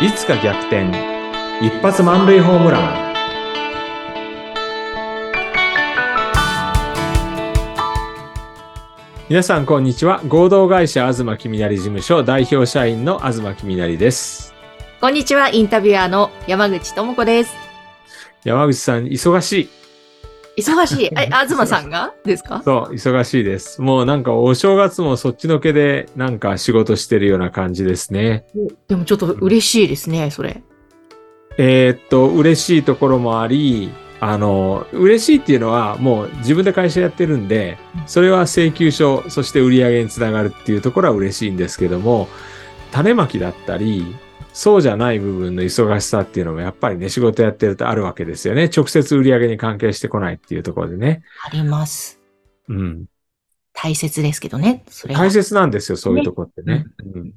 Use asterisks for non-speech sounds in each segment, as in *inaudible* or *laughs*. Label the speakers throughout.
Speaker 1: いつか逆転一発満塁ホームラン皆さんこんにちは合同会社東きみなり事務所代表社員の東きみなりです
Speaker 2: こんにちは、インタビュアーの山口智子です。
Speaker 1: 山口さん忙しい
Speaker 2: 忙 *laughs* しい。え、東さんがですか
Speaker 1: そう忙しいですもうなんかお正月もそっちのけでなんか仕事してるような感じですね
Speaker 2: でもちょっと嬉しいですね、それ。
Speaker 1: えーっと、嬉しいところもあり、あの、嬉しいっていうのは、もう自分で会社やってるんで、それは請求書、そして売り上げにつながるっていうところは嬉しいんですけども、種まきだったり、そうじゃない部分の忙しさっていうのもやっぱりね、仕事やってるとあるわけですよね。直接売り上げに関係してこないっていうところでね。
Speaker 2: あります。
Speaker 1: うん。
Speaker 2: 大切ですけどね、それは。
Speaker 1: 大切なんですよ、そういうところってね。うん。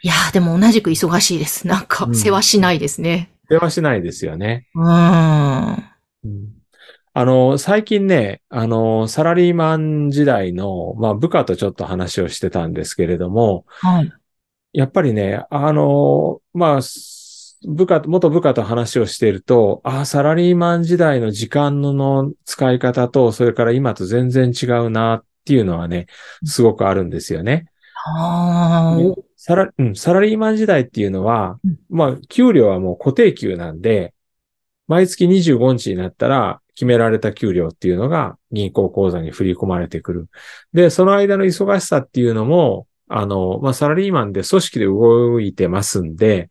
Speaker 2: いやー、でも同じく忙しいです。なんか
Speaker 1: う、ん
Speaker 2: 世話しないですね。
Speaker 1: 電話しないですよね。
Speaker 2: うーん。あ
Speaker 1: うんあの、最近ね、あの、サラリーマン時代の、まあ、部下とちょっと話をしてたんですけれども、やっぱりね、あの、まあ、す部下、元部下と話をしていると、ああ、サラリーマン時代の時間のの使い方と、それから今と全然違うなっていうのはね、すごくあるんですよね。
Speaker 2: あー、
Speaker 1: サラ、うん、サラリーマン時代っていうのは
Speaker 2: うん、
Speaker 1: まあ、給料はもう固定給なんで、毎月25日になったら、決められた給料っていうのが銀行口座に振り込まれてくる。で、その間の忙しさっていうのも、あの、まあ、サラリーマンで組織で動いてますんで、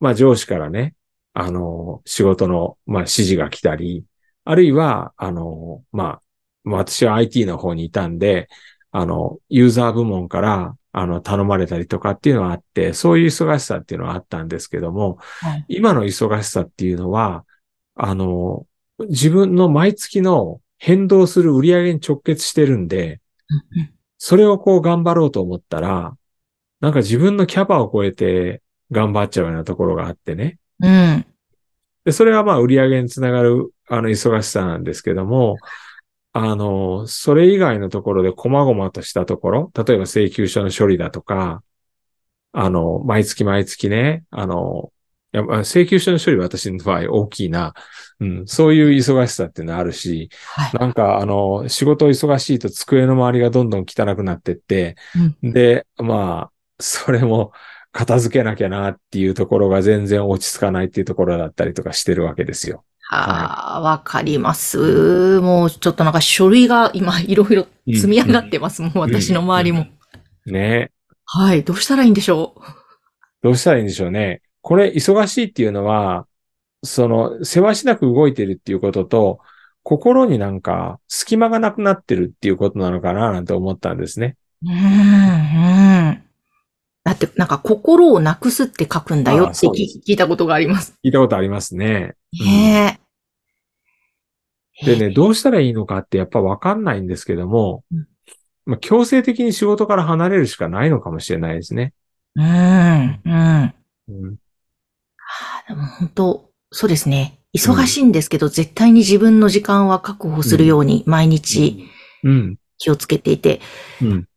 Speaker 1: まあ、上司からね、あの、仕事の、まあ、指示が来たり、あるいは、あの、まあ、まあ私は IT の方にいたんで、あの、ユーザー部門から、あの、頼まれたりとかっていうのはあって、そういう忙しさっていうのはあったんですけども、
Speaker 2: はい
Speaker 1: 今の忙しさっていうのは、あの、自分の毎月の変動する売り上げに直結してるんで、
Speaker 2: うんうん
Speaker 1: それをこう頑張ろうと思ったら、なんか自分のキャパを超えて頑張っちゃうようなところがあってね。
Speaker 2: うん。
Speaker 1: で、それはまあ売り上げにつながる、あの、忙しさなんですけども、あの、それ以外のところで細々としたところ、例えば請求書の処理だとか、あの、毎月毎月ね、あの、いやまあ請求書の処理は私の場合大きいな、うん、そういう忙しさっていうのはあるし、
Speaker 2: はい。
Speaker 1: なんかあの、仕事忙しいと机の周りがどんどん汚くなってって、
Speaker 2: うん
Speaker 1: で、まあ、それも片付けなきゃなっていうところが全然落ち着かないっていうところだったりとかしてるわけですよ。
Speaker 2: ああ、わかります。もうちょっとなんか書類が今いろいろ積み上がってます。もう私の周りも。
Speaker 1: ね
Speaker 2: はい。どうしたらいいんでしょ
Speaker 1: どうしたらいいんでしょうね。これ、忙しいっていうのは、その、せわしなく動いてるっていうことと、心になんか隙間がなくなってるっていうことなのかななんて思ったんですね。
Speaker 2: う。うーん。うんだって、なんか心をなくすって書くんだ
Speaker 1: あ
Speaker 2: よ
Speaker 1: ー
Speaker 2: って
Speaker 1: そう
Speaker 2: 聞
Speaker 1: で
Speaker 2: い聞いたことがあります。
Speaker 1: 聞いたことありますね。
Speaker 2: ねえ。
Speaker 1: でね、どうしたらいいのかってやっぱわかんないんですけども
Speaker 2: うん、
Speaker 1: まあ、強制的に仕事から離れるしかないのかもしれないですね。
Speaker 2: うーん、うん。
Speaker 1: うん、
Speaker 2: でも本当、そうですね。忙しいんですけど、絶対に自分の時間は確保するように毎日
Speaker 1: うん、
Speaker 2: 気をつけていて、
Speaker 1: うん、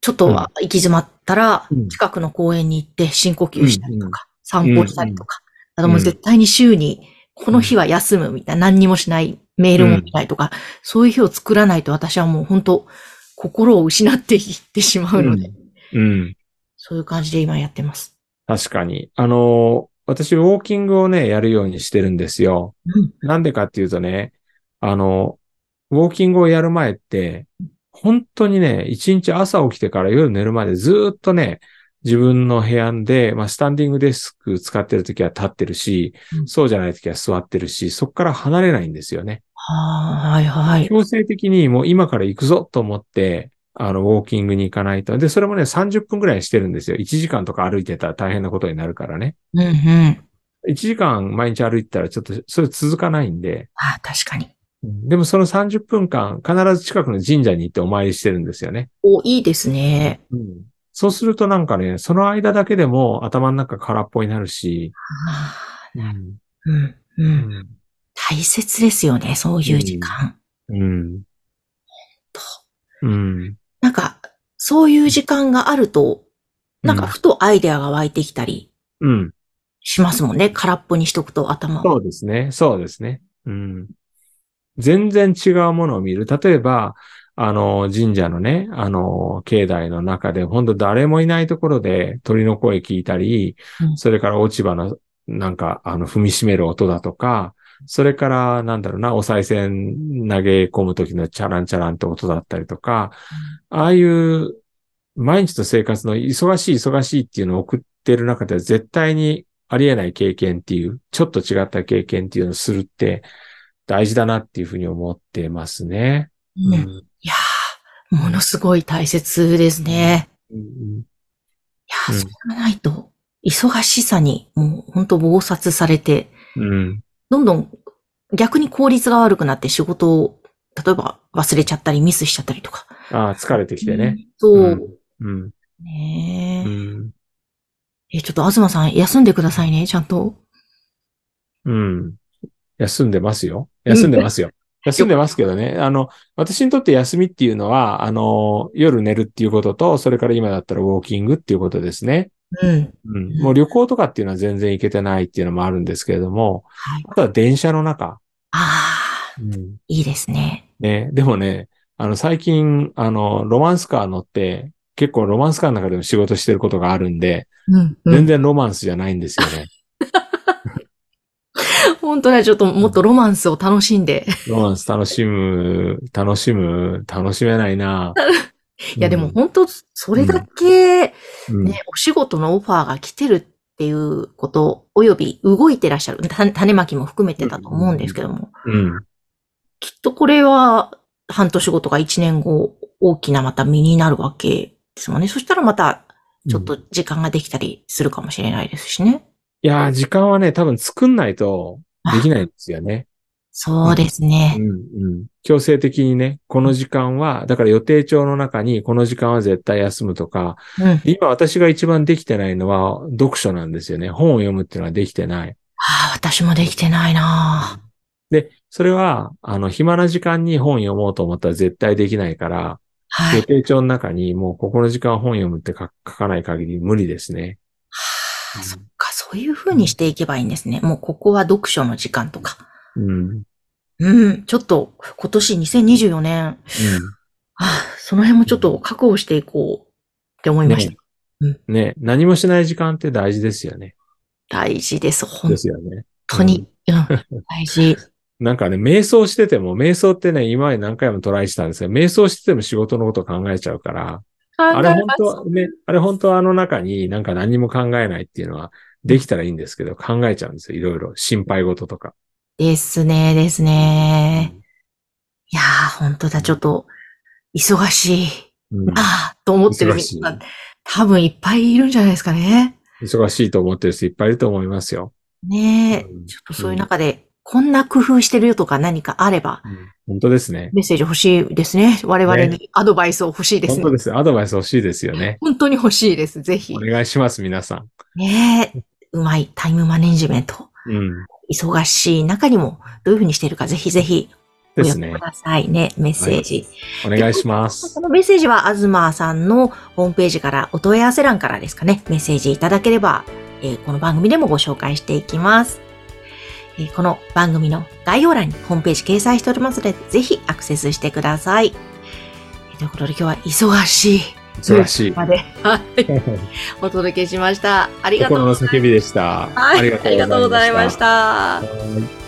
Speaker 2: ちょっとは行き詰まったら
Speaker 1: うん、
Speaker 2: 近くの公園に行って深呼吸したりとか、
Speaker 1: んうん
Speaker 2: 散歩したりとか、あともう絶対に週に、この日は休むみたいな、何にもしない、メールも見ないとか、そういう日を作らないと私はもう本当、心を失っていってしまうので、
Speaker 1: うん。
Speaker 2: そういう感じで今やってます。
Speaker 1: 確かに。あの、私、ウォーキングをね、やるようにしてるんですよ。
Speaker 2: うん。
Speaker 1: なんでかっていうとね、あの、ウォーキングをやる前って、本当にね、一日朝起きてから夜寝るまでずーっとね、自分の部屋で、まあ、スタンディングデスク使ってるときは立ってるし、
Speaker 2: うん
Speaker 1: そうじゃないときは座ってるし、そこから離れないんですよね。
Speaker 2: はーい、はい。
Speaker 1: 強制的にもう今から行くぞと思って、あの、ウォーキングに行かないと。で、それもね、30分ぐらいしてるんですよ。1時間とか歩いてたら大変なことになるからね。
Speaker 2: うん、うん。
Speaker 1: 1時間毎日歩いてたらちょっとそれ続かないんで、
Speaker 2: ああ、確かに。
Speaker 1: でもその30分間必ず近くの神社に行ってお参りしてるんですよね。
Speaker 2: お、いいですね。
Speaker 1: そうするとなんかね、その間だけでも頭の中空っぽになるし、
Speaker 2: ああ、
Speaker 1: うん
Speaker 2: うん、うん。大切ですよね、そういう時間。
Speaker 1: うんうん
Speaker 2: なんか、そういう時間があると、なんかふとアイデアが湧いてきたり、
Speaker 1: うん。
Speaker 2: しますもんね。空っぽにしとくと頭を。
Speaker 1: そうですね。そうですね。うん。全然違うものを見る。例えば、あの、神社のね、あの、境内の中で、ほんと誰もいないところで鳥の声聞いたり
Speaker 2: う、ん
Speaker 1: それから落ち葉の、なんか、あの、踏みしめる音だとか、それから、なんだろうな、お賽銭投げ込む時のチャランチャランって音だったりとか、ああいう、毎日の生活の忙しい忙しいっていうのを送ってる中では絶対にありえない経験っていう、ちょっと違った経験っていうのをするって大事だなっていうふうに思ってますね。
Speaker 2: うんいやー、ものすごい大切ですね。
Speaker 1: うん
Speaker 2: いやー、
Speaker 1: うん
Speaker 2: それがないと、忙しさに、もう本当暴殺されて、
Speaker 1: うん。
Speaker 2: どんどん逆に効率が悪くなって仕事を、例えば忘れちゃったりミスしちゃったりとか。
Speaker 1: ああ、疲れてきてね。
Speaker 2: そう。
Speaker 1: うん。
Speaker 2: ね
Speaker 1: う
Speaker 2: え、
Speaker 1: ん。
Speaker 2: え、ちょっと東さん休んでくださいね、ちゃんと。
Speaker 1: うん。休んでますよ。休んでますよ。休んでますけどね。あの、私にとって休みっていうのは、あの、夜寝るっていうことと、それから今だったらウォーキングっていうことですね。
Speaker 2: うん。
Speaker 1: うん、もう旅行とかっていうのは全然行けてないっていうのもあるんですけれども、
Speaker 2: はい。
Speaker 1: あとは電車の中。
Speaker 2: ああ、いいですね。
Speaker 1: ね、でもね、あの最近、あの、ロマンスカー乗って、結構ロマンスカーの中でも仕事してることがあるんで、
Speaker 2: うん、う
Speaker 1: 全
Speaker 2: ん。
Speaker 1: 然ロマンスじゃないんですよ
Speaker 2: *laughs*
Speaker 1: ね。
Speaker 2: 本当はちょっともっとロマンスを楽しんで。
Speaker 1: ロマンス楽しむ、楽しむ、楽しめないな
Speaker 2: いや、でも、本当、それだけ、
Speaker 1: うん
Speaker 2: ね、お仕事のオファーが来てるっていうこと、および動いてらっしゃる、た種まきも含めてだと思うんですけども、
Speaker 1: うん。
Speaker 2: きっとこれは半年後とか1年後、大きなまた身になるわけですもんね。そしたらまた、ちょっと時間ができたりするかもしれないですしね。
Speaker 1: いやー、時間はね、多分作んないとできないんですよね。
Speaker 2: そうです
Speaker 1: う
Speaker 2: ね。
Speaker 1: んうん強制的にね、この時間は、だから予定帳の中にこの時間は絶対休むとか、
Speaker 2: うん。あ
Speaker 1: 今私が一番できてないのは読書なんですよね。本を読むっていうのはできてない。
Speaker 2: あ、私もできてないなぁ
Speaker 1: で、それは、あの、暇な時間に本読もうと思ったら絶対できないから、
Speaker 2: は
Speaker 1: 予
Speaker 2: い。
Speaker 1: 定帳の中にもうここの時間は本読むって書書かない限り無理ですね。
Speaker 2: はあ、そっか、そういう風にしていけばいいんですね。もうここは読書の時間とか。
Speaker 1: うん。うん。
Speaker 2: うん、ちょっと今年2024年、ああ、その辺もちょっと覚悟していこうって思いました。
Speaker 1: ねね、何もしない時間って大事ですよね。
Speaker 2: 大事です。本
Speaker 1: ですよね。
Speaker 2: 当に。うん、
Speaker 1: *laughs*
Speaker 2: 大事。
Speaker 1: なんかね、瞑想してても、瞑想ってね、今まで何回もトライしたんですけど、瞑想してても仕事のことを考えちゃうから、あれ本当はね、あれ本当はあの中になんか何も考えないっていうのは、できたらいいんですけど、考えちゃうんですよ。いろいろ。心配事とか。
Speaker 2: ですね、ですね。いやー、本当だ、ちょっと、忙しい。
Speaker 1: うん
Speaker 2: ああ、と思ってる
Speaker 1: 忙しい
Speaker 2: みんな、多分いっぱいいるんじゃないですかね。
Speaker 1: 忙しいと思ってる人いっぱいいると思いますよ。
Speaker 2: ねえ、
Speaker 1: うん
Speaker 2: ちょっとそういう中で、こんな工夫してるよとか何かあれば、
Speaker 1: 本当ですね。
Speaker 2: メッセージ欲しいですね。我々にアドバイスを欲しいです
Speaker 1: 本
Speaker 2: ね。
Speaker 1: 当です。アドバイス欲しいですよね。
Speaker 2: 本当に欲しいです。ぜひ
Speaker 1: お。願いします、皆さん。
Speaker 2: ねえ、うまいタイムマネジメント。
Speaker 1: うん。
Speaker 2: 忙しい中にもどういうふうにしているか、ぜひぜひお
Speaker 1: です
Speaker 2: 寄せ
Speaker 1: ね
Speaker 2: く。ださいね、メッセージ。
Speaker 1: お願いします
Speaker 2: そ。のメッセージは、あずまさんのホームページから、お問い合わせ欄からですかね、メッセージいただければ、えーこの番組でもご紹介していきます。えーこの番組の概要欄にホームページ掲載しておりますので、ぜひアクセスしてください。ということで今日は忙しい
Speaker 1: 忙しい。
Speaker 2: まで、 *laughs* はい、お届けしました。ありがとう
Speaker 1: 心の叫びでした。
Speaker 2: はい、ありがとうござい
Speaker 1: ま
Speaker 2: ま
Speaker 1: し
Speaker 2: した。
Speaker 1: た。